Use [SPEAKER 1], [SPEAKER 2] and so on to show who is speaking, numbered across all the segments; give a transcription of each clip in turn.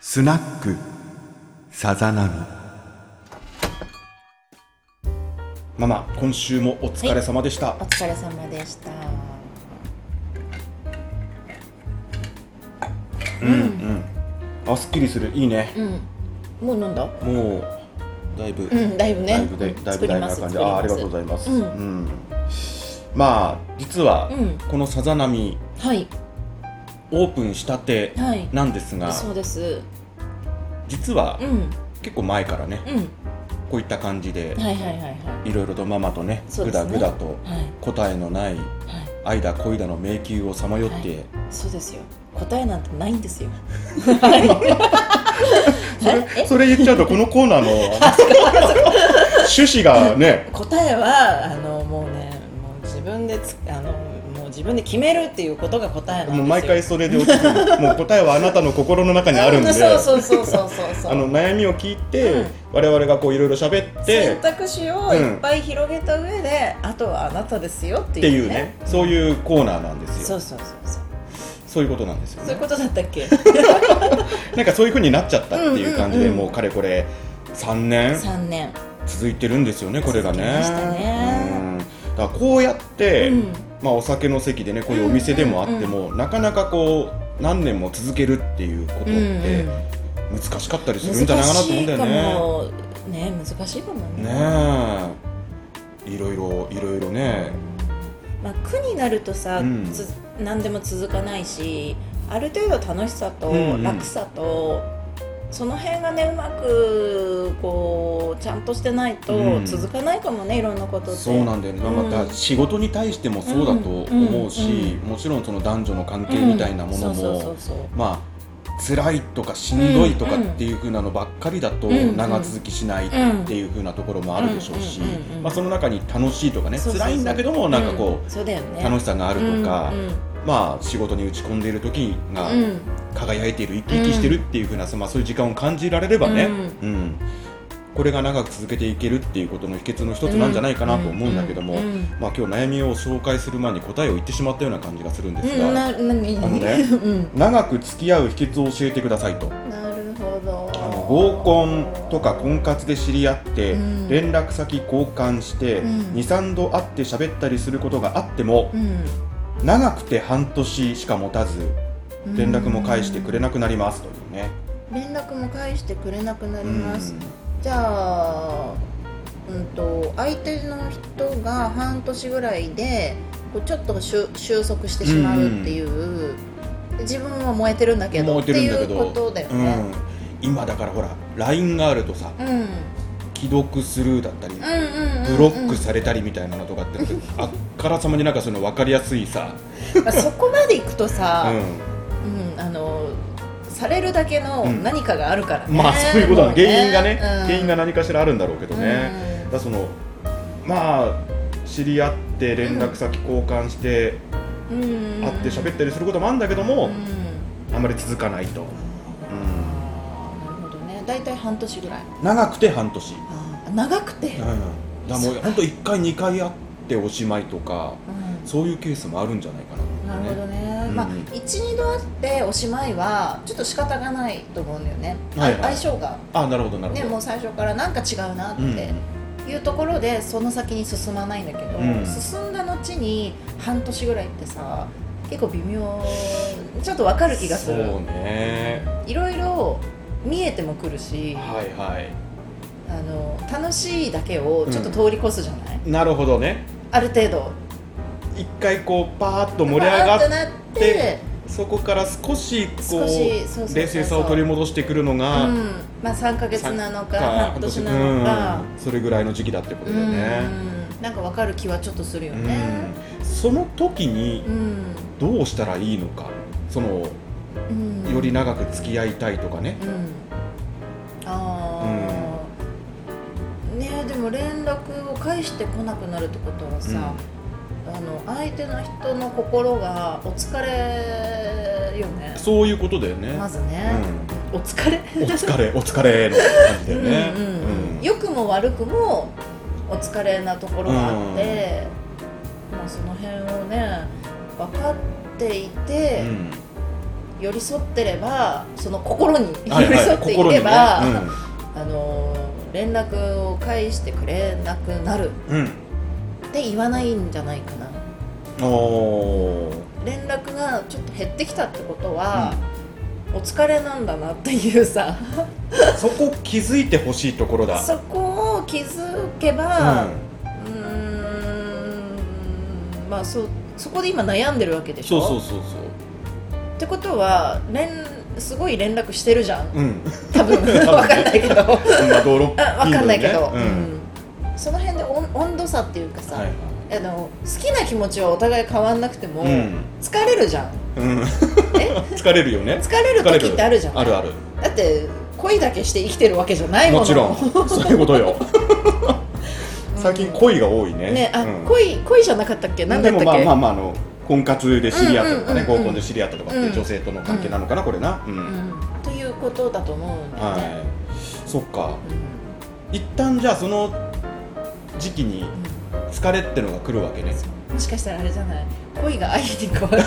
[SPEAKER 1] スナックさざ波ママ今週もお疲れ様でした、
[SPEAKER 2] お疲れ様でした。
[SPEAKER 1] あすっきりするいいね、
[SPEAKER 2] もう飲んだ？
[SPEAKER 1] もうだいぶ、
[SPEAKER 2] うん、だいぶね。
[SPEAKER 1] だいぶで、だいぶだいぶな感じあありがとうございます、うんまあ実は、
[SPEAKER 2] うん
[SPEAKER 1] このさざ波
[SPEAKER 2] す。はい、
[SPEAKER 1] オープンしたて
[SPEAKER 2] はい
[SPEAKER 1] なんですが、
[SPEAKER 2] そうです。
[SPEAKER 1] 実は、
[SPEAKER 2] うん、
[SPEAKER 1] 結構前からね
[SPEAKER 2] う
[SPEAKER 1] こういった感じで
[SPEAKER 2] ん、はいはいはいはい
[SPEAKER 1] ろいろとママとね
[SPEAKER 2] そう
[SPEAKER 1] ぐ
[SPEAKER 2] です
[SPEAKER 1] だ
[SPEAKER 2] ね
[SPEAKER 1] ぐだと
[SPEAKER 2] い。はい
[SPEAKER 1] 答えのない
[SPEAKER 2] はい、
[SPEAKER 1] 愛だ恋だの迷宮をさまよって、
[SPEAKER 2] そうですよ。答えなんてないんですよ。
[SPEAKER 1] それそれ言っちゃうとこのコーナーの趣旨がね
[SPEAKER 2] 答えはあのもうね、もう自分でつあのもう自分で決めるっていうことが答えなんですよ。
[SPEAKER 1] もう毎回それで落ち着くもう答えはあなたの心の中にあるんで
[SPEAKER 2] うそうそうそうそうそうそう。
[SPEAKER 1] あの悩みを聞いて、
[SPEAKER 2] うん
[SPEAKER 1] 我々がこういろいろ喋って
[SPEAKER 2] 選択肢をいっぱい広げた上で、あとはあなたですよって
[SPEAKER 1] って
[SPEAKER 2] い
[SPEAKER 1] いううね
[SPEAKER 2] ね。
[SPEAKER 1] そういうコーナーなんです
[SPEAKER 2] そ
[SPEAKER 1] よ
[SPEAKER 2] うそうそうそう。
[SPEAKER 1] そういうことなんですよ
[SPEAKER 2] そういう
[SPEAKER 1] ね
[SPEAKER 2] ことだったっけ？
[SPEAKER 1] なんかそういうふうになっちゃったっていう感じで、
[SPEAKER 2] うんうんうん
[SPEAKER 1] もうかれこれ3年
[SPEAKER 2] 三年。
[SPEAKER 1] 続いてるんですよねこれがね
[SPEAKER 2] 続きましたね
[SPEAKER 1] うんだからこうやって、
[SPEAKER 2] うん
[SPEAKER 1] まあ、お酒の席でねこういうお店でもあっても、なかなかこう何年も続けるっていうことっ
[SPEAKER 2] うんうん
[SPEAKER 1] て難しかったりするんじゃないかなと思うんだよね。
[SPEAKER 2] ね難しいかもね
[SPEAKER 1] ねえいろいろいろいろね
[SPEAKER 2] まあ、苦になるとさ、
[SPEAKER 1] うん
[SPEAKER 2] つ何でも続かないしある程度楽しさと
[SPEAKER 1] うんうん
[SPEAKER 2] 楽さと、その辺がねうまくこうちゃんとしてないと
[SPEAKER 1] うん
[SPEAKER 2] 続かないかもね、いろんなことって
[SPEAKER 1] そうなんだよね、
[SPEAKER 2] うん
[SPEAKER 1] また仕事に対してもそうだと思うし、
[SPEAKER 2] うん
[SPEAKER 1] もちろんその男女の関係みたいなもの
[SPEAKER 2] うんそうそう
[SPEAKER 1] も
[SPEAKER 2] そうそう
[SPEAKER 1] まあ辛いとかしんどいとかっていう風なのばっかりだと
[SPEAKER 2] うんうん
[SPEAKER 1] 長続きしないっていう風なところもあるでしょうし
[SPEAKER 2] うんうんうんう、ん
[SPEAKER 1] まあ、その中に楽しいとかね
[SPEAKER 2] そうそうそう
[SPEAKER 1] 辛いんだけどもなんかこ
[SPEAKER 2] うんそうだよ
[SPEAKER 1] う
[SPEAKER 2] ね
[SPEAKER 1] 楽
[SPEAKER 2] し
[SPEAKER 1] しさがあるとか
[SPEAKER 2] うん、う
[SPEAKER 1] まあ、仕事に打ち込んでいる時が
[SPEAKER 2] んうん
[SPEAKER 1] 輝いている生き生きしてるっていう風な、まあ、そういう時間を感じられればね、うんこれが長く続けていけるっていうことの秘訣の一つなんじゃないかなと思うんだけども、
[SPEAKER 2] うんうんうん
[SPEAKER 1] まあ、今日悩みを紹介する前に答えを言ってしまったような感じがするんです
[SPEAKER 2] うん
[SPEAKER 1] が、
[SPEAKER 2] な何
[SPEAKER 1] あのね
[SPEAKER 2] うん
[SPEAKER 1] 長く付き合う秘訣を教えてくださいと。
[SPEAKER 2] なるほど
[SPEAKER 1] あの合コンとか婚活で知り合って、
[SPEAKER 2] うん
[SPEAKER 1] 連絡先交換して、
[SPEAKER 2] うん
[SPEAKER 1] 23度会って喋ったりすることがあっても
[SPEAKER 2] う、ん
[SPEAKER 1] 長くて半年しか持たず連絡も返してくれなくなりますというね。
[SPEAKER 2] 連絡も返してくれなくなります、
[SPEAKER 1] うん
[SPEAKER 2] じゃあ、うん、と相手の人が半年ぐらいでこうちょっと収収束してしまうっていう、で自分は燃えてるんだけど
[SPEAKER 1] 燃えてるんだけ
[SPEAKER 2] っ
[SPEAKER 1] ど
[SPEAKER 2] ていうことだよ
[SPEAKER 1] う
[SPEAKER 2] ね、
[SPEAKER 1] ん、今だからほら LINE があるとさ
[SPEAKER 2] うん、うん
[SPEAKER 1] 既読スルーだったり
[SPEAKER 2] うんうんうん
[SPEAKER 1] ブロックされたりみたいなのとかってあっからさまになんかその分かりやすいさ、
[SPEAKER 2] まあそこまでいくと
[SPEAKER 1] う
[SPEAKER 2] さ、
[SPEAKER 1] ん、
[SPEAKER 2] うんあのされるだけの何かがあるからね、
[SPEAKER 1] まあそういうことな
[SPEAKER 2] も
[SPEAKER 1] の原因がね、
[SPEAKER 2] うん
[SPEAKER 1] 原因が何かしらあるんだろうけどね、だからそのまあ知り合って連絡先交換して
[SPEAKER 2] うんうん
[SPEAKER 1] 会って喋ったりすることもあるんだけども、
[SPEAKER 2] うん
[SPEAKER 1] あまり続かないと、う
[SPEAKER 2] なるほどね大体半年ぐらい
[SPEAKER 1] ん、長くて半年、うん、
[SPEAKER 2] 長くて、
[SPEAKER 1] だからもう本当1回2回会っておしまいとか
[SPEAKER 2] う
[SPEAKER 1] そういうケースもあるんじゃないか
[SPEAKER 2] ん、
[SPEAKER 1] な。
[SPEAKER 2] なるほどね、
[SPEAKER 1] うん
[SPEAKER 2] まあ12度あっておしまいはちょっと仕方がないと思うんだよね、
[SPEAKER 1] はいはい
[SPEAKER 2] 相性が
[SPEAKER 1] あ、なるほどなるほ
[SPEAKER 2] ね
[SPEAKER 1] ど。
[SPEAKER 2] もう最初からなんか違うなっ
[SPEAKER 1] うん
[SPEAKER 2] ていうところでその先に進まないんだけど、
[SPEAKER 1] うん
[SPEAKER 2] 進んだ後に半年ぐらいってさ結構微妙ちょっとわかる気がする
[SPEAKER 1] そうね。
[SPEAKER 2] いろいろ見えてもくるし
[SPEAKER 1] はいはい。
[SPEAKER 2] あの楽しいだけをちょっと通り越すじゃない、
[SPEAKER 1] なるほどね。
[SPEAKER 2] ある程度
[SPEAKER 1] 一回こうパーッと盛り上がって、
[SPEAKER 2] なって
[SPEAKER 1] そこから少しこ
[SPEAKER 2] 少しそうそうそうそう
[SPEAKER 1] う冷静さを取り戻してくるの
[SPEAKER 2] う
[SPEAKER 1] が、
[SPEAKER 2] んまあ、3か月なのか
[SPEAKER 1] さ
[SPEAKER 2] 半年なのか
[SPEAKER 1] うんそれぐらいの時期だってこと
[SPEAKER 2] う
[SPEAKER 1] だよね。
[SPEAKER 2] んなんか分かる気はちょっとするよ
[SPEAKER 1] うん
[SPEAKER 2] ね
[SPEAKER 1] その時に
[SPEAKER 2] うん、
[SPEAKER 1] どうしたらいいのか、その
[SPEAKER 2] うん
[SPEAKER 1] より長く付き合いたいとかね。
[SPEAKER 2] うんああ、ねえでも連絡を返してこなくなるってことはさ、あの相手の人の心がお疲れよね
[SPEAKER 1] そういうことだよね。
[SPEAKER 2] まずね、お疲れ
[SPEAKER 1] うんお疲れお疲れの感じだよね。
[SPEAKER 2] うんうん
[SPEAKER 1] う
[SPEAKER 2] うんん、良くも悪くもお疲れなところがあって、まあ、その辺をね分かっていて、
[SPEAKER 1] うん
[SPEAKER 2] 寄り添ってればその心に 寄
[SPEAKER 1] はい
[SPEAKER 2] り
[SPEAKER 1] はい
[SPEAKER 2] 添ってい
[SPEAKER 1] 心
[SPEAKER 2] け
[SPEAKER 1] にね
[SPEAKER 2] ば、あのー連絡を返してくれなくなる
[SPEAKER 1] うんうん
[SPEAKER 2] って言わないんじゃないかな
[SPEAKER 1] おー
[SPEAKER 2] 連絡がちょっと減ってきたってことは、お疲れなんだなってい うさ
[SPEAKER 1] そこ気づいてほしいところだ
[SPEAKER 2] そこを気づけばうーんまあそうそこで今悩んでるわけでし
[SPEAKER 1] そ
[SPEAKER 2] ょ
[SPEAKER 1] うそうそう
[SPEAKER 2] ってことは連すごい連絡してるじゃん
[SPEAKER 1] そううん
[SPEAKER 2] 多分 わかんないけどあ
[SPEAKER 1] まあ道路
[SPEAKER 2] わかんないけど、
[SPEAKER 1] うん
[SPEAKER 2] うんその辺で温温度差っていうかさ、
[SPEAKER 1] はい
[SPEAKER 2] あの好きな気持ちはお互い変わんなくても、
[SPEAKER 1] うん
[SPEAKER 2] 疲れるじゃん
[SPEAKER 1] うん疲れるよね
[SPEAKER 2] 疲れる
[SPEAKER 1] 疲れ
[SPEAKER 2] 時ってあるじゃん
[SPEAKER 1] あるある
[SPEAKER 2] だって恋だけして生きてるわけじゃないもの
[SPEAKER 1] もちろんそういうこと よ 最近恋が多いね
[SPEAKER 2] ねあ、
[SPEAKER 1] うん
[SPEAKER 2] 恋恋じゃなかったっけ何だ
[SPEAKER 1] で
[SPEAKER 2] ったっ
[SPEAKER 1] も
[SPEAKER 2] け、
[SPEAKER 1] まあまあまああの婚活で知り合ったとかね
[SPEAKER 2] うんうんうんう
[SPEAKER 1] 合
[SPEAKER 2] ん
[SPEAKER 1] コンで知り合ったとかって
[SPEAKER 2] うん
[SPEAKER 1] 女性との関係なのかなこれなうん
[SPEAKER 2] うん、ということだと思うんだよね、
[SPEAKER 1] はいそっか
[SPEAKER 2] うん
[SPEAKER 1] 一旦じゃあその時期に疲れってのが来るわけね
[SPEAKER 2] うんもしかしたらあれじゃない恋が愛に変わる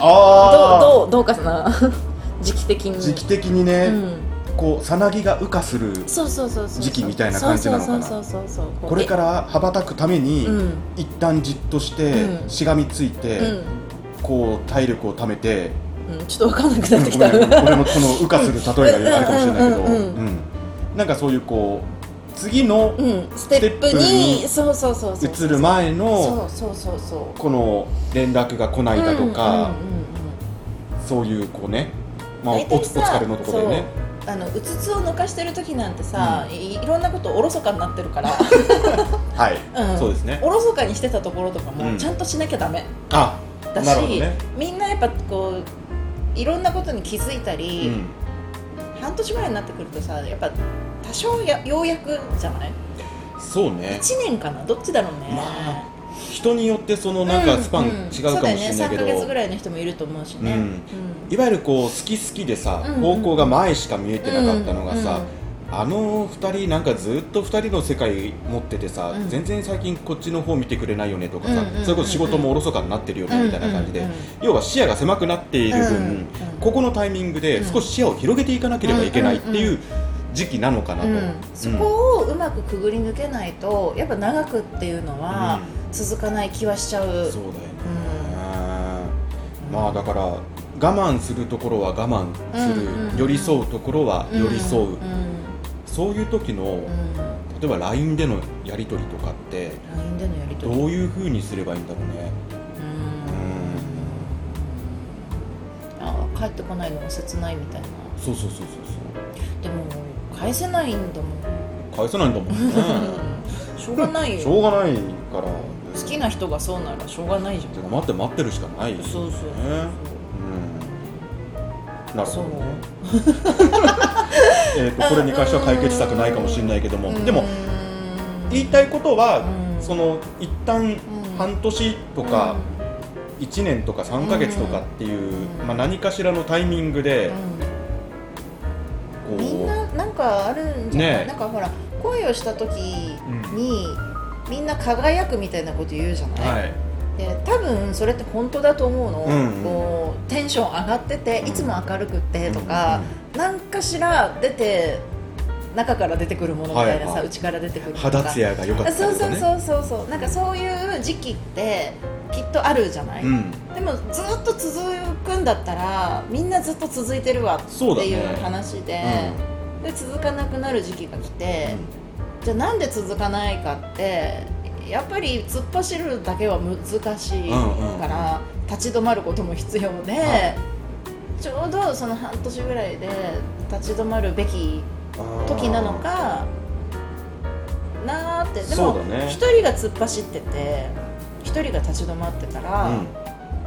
[SPEAKER 1] あ
[SPEAKER 2] どうどうどうかな 時期的に
[SPEAKER 1] 時期的にね、
[SPEAKER 2] うん、
[SPEAKER 1] こうさなぎが羽化する
[SPEAKER 2] そうそうそうそう
[SPEAKER 1] 時期みたいな感じなのかな
[SPEAKER 2] そうそうそうそうそうう
[SPEAKER 1] これから羽ばたくために、
[SPEAKER 2] うん
[SPEAKER 1] 一旦じっとして、
[SPEAKER 2] うん
[SPEAKER 1] しがみついて、
[SPEAKER 2] う
[SPEAKER 1] こう体力をためて、
[SPEAKER 2] んうん、ちょっと分かんなくなってき
[SPEAKER 1] ごめ
[SPEAKER 2] た
[SPEAKER 1] ん俺もこの羽化する例えがあるかもしれないけど、
[SPEAKER 2] うんうんうんう
[SPEAKER 1] うんなんかそういうこう次の
[SPEAKER 2] うん、ステップにそうそうそうそう
[SPEAKER 1] 移る前の
[SPEAKER 2] そうそうそうそう
[SPEAKER 1] この連絡が来ないだとか、
[SPEAKER 2] うんうんうんうん
[SPEAKER 1] そういうこうね、まあ、お
[SPEAKER 2] 大
[SPEAKER 1] お
[SPEAKER 2] 体さ
[SPEAKER 1] 疲れのところでね
[SPEAKER 2] あのうつつを抜かしてる時なんてさ、いいろんなことおろそかになってるから
[SPEAKER 1] はい、
[SPEAKER 2] うん
[SPEAKER 1] そうですね
[SPEAKER 2] おろそかにしてたところとかも
[SPEAKER 1] うん
[SPEAKER 2] ちゃんとしなきゃダメ
[SPEAKER 1] あ
[SPEAKER 2] だし、
[SPEAKER 1] なるほどね、
[SPEAKER 2] みんなやっぱこういろんなことに気づいた
[SPEAKER 1] う
[SPEAKER 2] り、
[SPEAKER 1] ん、
[SPEAKER 2] 半年ぐらいになってくるとさやっぱ多少やようやくじゃない
[SPEAKER 1] そうね
[SPEAKER 2] 1年かなどっちだろうね、
[SPEAKER 1] まあ人によってそのなんかスパン
[SPEAKER 2] う
[SPEAKER 1] 違
[SPEAKER 2] んん
[SPEAKER 1] うかもしれないけど、
[SPEAKER 2] そうだよね3ヶ月ぐらいの人もいると思うしね、
[SPEAKER 1] うんいわゆるこう好き好きでさ、
[SPEAKER 2] うんうん
[SPEAKER 1] 方向が前しか見えてなかったのがさ、
[SPEAKER 2] うんうん
[SPEAKER 1] あの2人なんかずっと2人の世界持っててさ、
[SPEAKER 2] うん
[SPEAKER 1] 全然最近こっちの方見てくれないよねとかさ、
[SPEAKER 2] うんうんうんうん
[SPEAKER 1] それこそ仕事もおろそかになってるよねみたいな感じで、
[SPEAKER 2] うんうん
[SPEAKER 1] 要は視野が狭くなっている分、
[SPEAKER 2] うんうん
[SPEAKER 1] ここのタイミングで少し視野を広げていかなければいけないっていう時期なのかなと。
[SPEAKER 2] うん
[SPEAKER 1] うん
[SPEAKER 2] そこをうまくくぐり抜けないとやっぱ長くっていうのは続かない気はしちゃう、
[SPEAKER 1] そうだよね、
[SPEAKER 2] うん
[SPEAKER 1] まあだから我慢するところは我慢する、
[SPEAKER 2] うんうんうん
[SPEAKER 1] 寄り添うところは寄り添う、
[SPEAKER 2] うん
[SPEAKER 1] そういう時の、
[SPEAKER 2] うん
[SPEAKER 1] 例えば LINE でのやり取りとかって
[SPEAKER 2] LINE でのやり
[SPEAKER 1] ど
[SPEAKER 2] 取
[SPEAKER 1] う
[SPEAKER 2] りう
[SPEAKER 1] いうふうにすればいいんだろうね
[SPEAKER 2] んあ帰ってこないのが切ないみたいな
[SPEAKER 1] そうそうそうそう
[SPEAKER 2] でも返せないんだもん
[SPEAKER 1] そう返せないんだもんね
[SPEAKER 2] しょうがない
[SPEAKER 1] しょ
[SPEAKER 2] よ
[SPEAKER 1] うがないから
[SPEAKER 2] 好きな人がそうならしょうがないじゃん
[SPEAKER 1] てか待って待ってるしかないよね
[SPEAKER 2] そうそう
[SPEAKER 1] うんなる
[SPEAKER 2] そ
[SPEAKER 1] ほ
[SPEAKER 2] う
[SPEAKER 1] どねえーとこれに関しては解決策ないかもしれないけどもでも言いたいことは
[SPEAKER 2] うん
[SPEAKER 1] その一旦半年と
[SPEAKER 2] と
[SPEAKER 1] か1年とか3ヶ月とかっていう
[SPEAKER 2] うん
[SPEAKER 1] まあ何かしらのタイミングでこ
[SPEAKER 2] みん
[SPEAKER 1] う
[SPEAKER 2] ななんかあるんじゃない、
[SPEAKER 1] ねえ
[SPEAKER 2] なんかほら恋をした時に、みんな輝くみたいなこと言うじゃな
[SPEAKER 1] は
[SPEAKER 2] い、
[SPEAKER 1] い
[SPEAKER 2] で多分それって本当だと思うの、
[SPEAKER 1] うんうん
[SPEAKER 2] こうテンション上がってて
[SPEAKER 1] うん
[SPEAKER 2] いつも明るくってとか、なんかしら出て中から出てくるものみたいなさ、
[SPEAKER 1] はいはいう
[SPEAKER 2] ちから出てくるとか
[SPEAKER 1] 肌ツヤが良かったりとか
[SPEAKER 2] そう
[SPEAKER 1] ね
[SPEAKER 2] そうそうそうそうなんかそういう時期ってきっとあるじゃない、
[SPEAKER 1] うん
[SPEAKER 2] でもずっと続くんだったらみんなずっと続いてるわって
[SPEAKER 1] そうだね
[SPEAKER 2] いう話でで続かなくなる時期が来て、じゃあなんで続かないかってやっぱり突っ走るだけは難しいから、立ち止まることも必要で、
[SPEAKER 1] は
[SPEAKER 2] ちょうどその半年ぐらいで立ち止まるべき
[SPEAKER 1] うん
[SPEAKER 2] 時なのかなーってで
[SPEAKER 1] そう
[SPEAKER 2] も
[SPEAKER 1] だね
[SPEAKER 2] 一人が突っ走ってて一人が立ち止まってた
[SPEAKER 1] う
[SPEAKER 2] ら、
[SPEAKER 1] ん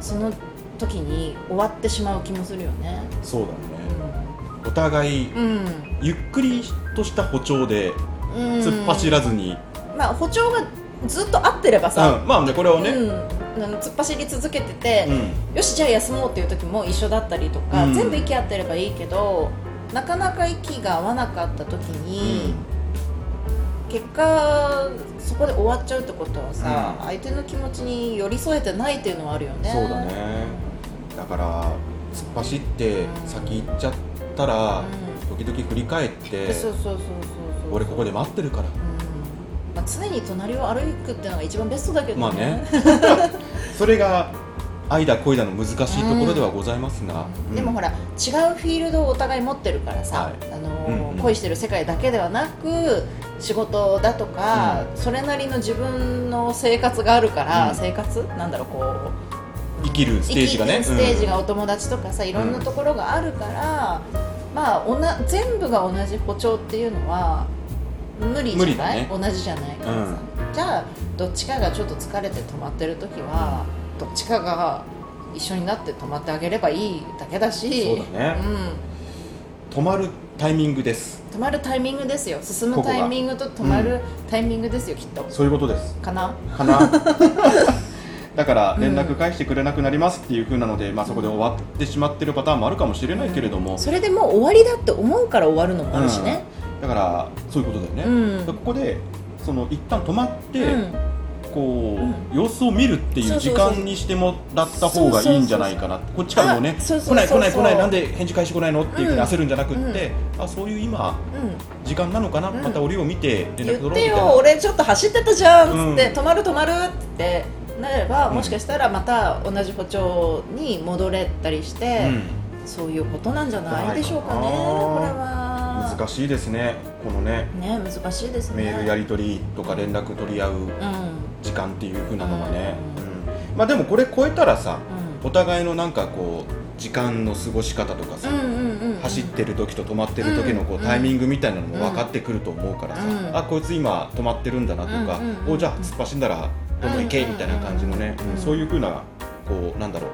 [SPEAKER 2] その時に終わってしまう気もするよね。
[SPEAKER 1] そうだねお互い
[SPEAKER 2] うん、
[SPEAKER 1] ゆっくりとした歩調で
[SPEAKER 2] うん
[SPEAKER 1] 突っ走らずに、
[SPEAKER 2] まあ歩調がずっと合ってればさ、
[SPEAKER 1] うんまあねこれをね、
[SPEAKER 2] うん、あの突っ走り続けてて、
[SPEAKER 1] うん
[SPEAKER 2] よしじゃあ休もうっていう時も一緒だったりとか、
[SPEAKER 1] うん
[SPEAKER 2] 全部息合ってればいいけどなかなか息が合わなかった時に、結果そこで終わっちゃうってことはさ、
[SPEAKER 1] うん
[SPEAKER 2] 相手の気持ちに寄り添えてないっていうのはあるよね。
[SPEAKER 1] そうだねだから突っ走って先行っちゃったら、時々振り返って、
[SPEAKER 2] そうそうそうそうそう
[SPEAKER 1] 俺ここで待ってるから
[SPEAKER 2] うんまあ、常に隣を歩くっていうのが一番ベストだけど
[SPEAKER 1] まあ
[SPEAKER 2] ね,、
[SPEAKER 1] ねそれが愛だ恋だの難しいところではございますが、うん
[SPEAKER 2] でもほら違うフィールドをお互い持ってるからさ、
[SPEAKER 1] は
[SPEAKER 2] あのー
[SPEAKER 1] うんうん
[SPEAKER 2] 恋してる世界だけではなく仕事だとか、それなりの自分の生活があるから、
[SPEAKER 1] うん
[SPEAKER 2] 生活なんだろうこう
[SPEAKER 1] 生きるステージがね
[SPEAKER 2] 生きてるステージ
[SPEAKER 1] う
[SPEAKER 2] が
[SPEAKER 1] ん
[SPEAKER 2] お友達とかさ、いろんなところがあるから、まあおな全部が同じ歩調っていうのは無理じゃ
[SPEAKER 1] 無理
[SPEAKER 2] な
[SPEAKER 1] だ
[SPEAKER 2] い、
[SPEAKER 1] ね
[SPEAKER 2] 同じじゃないからさ、じゃあどっちかがちょっと疲れて止まってる時はどっちかが一緒になって止まってあげればいいだけだし
[SPEAKER 1] そうだね
[SPEAKER 2] う
[SPEAKER 1] 止まるタイミングです
[SPEAKER 2] ん、止まるタイミングですよ進
[SPEAKER 1] こ
[SPEAKER 2] む
[SPEAKER 1] こが
[SPEAKER 2] タイミングと止まるタイミングですよ、きっと
[SPEAKER 1] そういうことです
[SPEAKER 2] かな
[SPEAKER 1] か なだから連絡返してくれなくなりますっていう風なので、まあ、そこで終わってしまってるパターンもあるかもしれないけれども、
[SPEAKER 2] それでもう終わりだって思うから終わるのもあるしね、
[SPEAKER 1] だからそういうことだよね、
[SPEAKER 2] うん
[SPEAKER 1] ここでその一旦止まって、
[SPEAKER 2] うん
[SPEAKER 1] こ
[SPEAKER 2] う
[SPEAKER 1] う様子を見るってい
[SPEAKER 2] そううそ
[SPEAKER 1] 時
[SPEAKER 2] うそう
[SPEAKER 1] 間にしてもらった方がいいんじゃないかなってこっちからもね
[SPEAKER 2] あ
[SPEAKER 1] 来
[SPEAKER 2] そうそうそう
[SPEAKER 1] ない
[SPEAKER 2] そう
[SPEAKER 1] 来ない来ないなんで返事返してこないのっていうふうに焦るんじゃなくって、あそういう今
[SPEAKER 2] うん
[SPEAKER 1] 時間なのかな、
[SPEAKER 2] うん
[SPEAKER 1] また折を見て連絡取ろ
[SPEAKER 2] 言
[SPEAKER 1] う
[SPEAKER 2] っ
[SPEAKER 1] み
[SPEAKER 2] て
[SPEAKER 1] たい
[SPEAKER 2] よ
[SPEAKER 1] な
[SPEAKER 2] 俺ちょっと走ってたじゃんっつって、
[SPEAKER 1] うん
[SPEAKER 2] 止まる止まるってなれば
[SPEAKER 1] うん
[SPEAKER 2] もしかしたらまた同じ歩調に戻れたりして、そういうことなんじゃないでしょうかねこ
[SPEAKER 1] ない
[SPEAKER 2] れ
[SPEAKER 1] かな
[SPEAKER 2] は
[SPEAKER 1] うん、難しいですねこのね
[SPEAKER 2] ね難しいですね
[SPEAKER 1] メールやり取りとか連絡取り合う
[SPEAKER 2] うんうん
[SPEAKER 1] 時間っていうふうなのはね、
[SPEAKER 2] う
[SPEAKER 1] うんまあでもこれ超えたらさお互いのなんかこう時間の過ごし方とかさ、
[SPEAKER 2] うんうんうんうん
[SPEAKER 1] 走ってる時と止まってる時のこう
[SPEAKER 2] うん
[SPEAKER 1] タイミングみたいなのも分かってくると思うからさ、
[SPEAKER 2] うん
[SPEAKER 1] あこいつ今止まってるんだなとか、
[SPEAKER 2] うんうんうん
[SPEAKER 1] おじゃあ突っ走んだらどんどん行け
[SPEAKER 2] うん
[SPEAKER 1] みたいな感じのね、
[SPEAKER 2] うん
[SPEAKER 1] うんそういうふうなこうなんだろ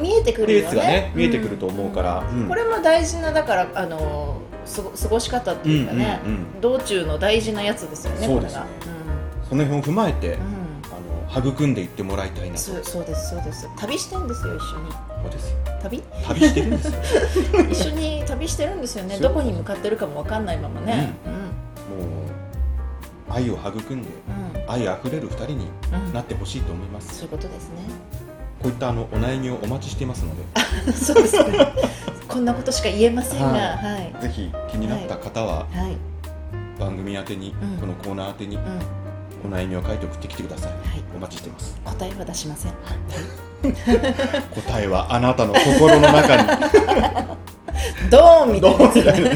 [SPEAKER 1] う
[SPEAKER 2] 見えてくる
[SPEAKER 1] レ
[SPEAKER 2] よね
[SPEAKER 1] ースがね見えてくると思うから、うん
[SPEAKER 2] これも大事なだからあのすご過ごし方っていうかね、
[SPEAKER 1] うんうんうん
[SPEAKER 2] 道中の大事なやつですよね
[SPEAKER 1] そうですね
[SPEAKER 2] こ
[SPEAKER 1] その辺を踏まえて、
[SPEAKER 2] れが、うんうん
[SPEAKER 1] あの育んでいってもらいたいなと
[SPEAKER 2] そうそうですそうです旅してんですよ一緒に
[SPEAKER 1] そうですよ
[SPEAKER 2] 旅
[SPEAKER 1] 旅してるんですよ
[SPEAKER 2] 一緒に旅してるんですよね
[SPEAKER 1] そう
[SPEAKER 2] どこに向かってるかもわかんないままねうん
[SPEAKER 1] もう愛を育んで
[SPEAKER 2] うん
[SPEAKER 1] 愛あふれる二人に
[SPEAKER 2] うん
[SPEAKER 1] なってほしいと思います、
[SPEAKER 2] そういうことですね
[SPEAKER 1] こういったあのお悩みをお待ちしていますので
[SPEAKER 2] そうですねこんなことしか言えませんがは
[SPEAKER 1] はいぜひ気になった方は
[SPEAKER 2] はい
[SPEAKER 1] 番組宛てに、
[SPEAKER 2] うん
[SPEAKER 1] このコーナー宛てに
[SPEAKER 2] うんは
[SPEAKER 1] お悩みを書いて送ってきてください
[SPEAKER 2] い
[SPEAKER 1] お待ちしてます
[SPEAKER 2] 答えは出しません
[SPEAKER 1] 答えはあなたの心の中に
[SPEAKER 2] ドーンみたいなやつ
[SPEAKER 1] どうみたいな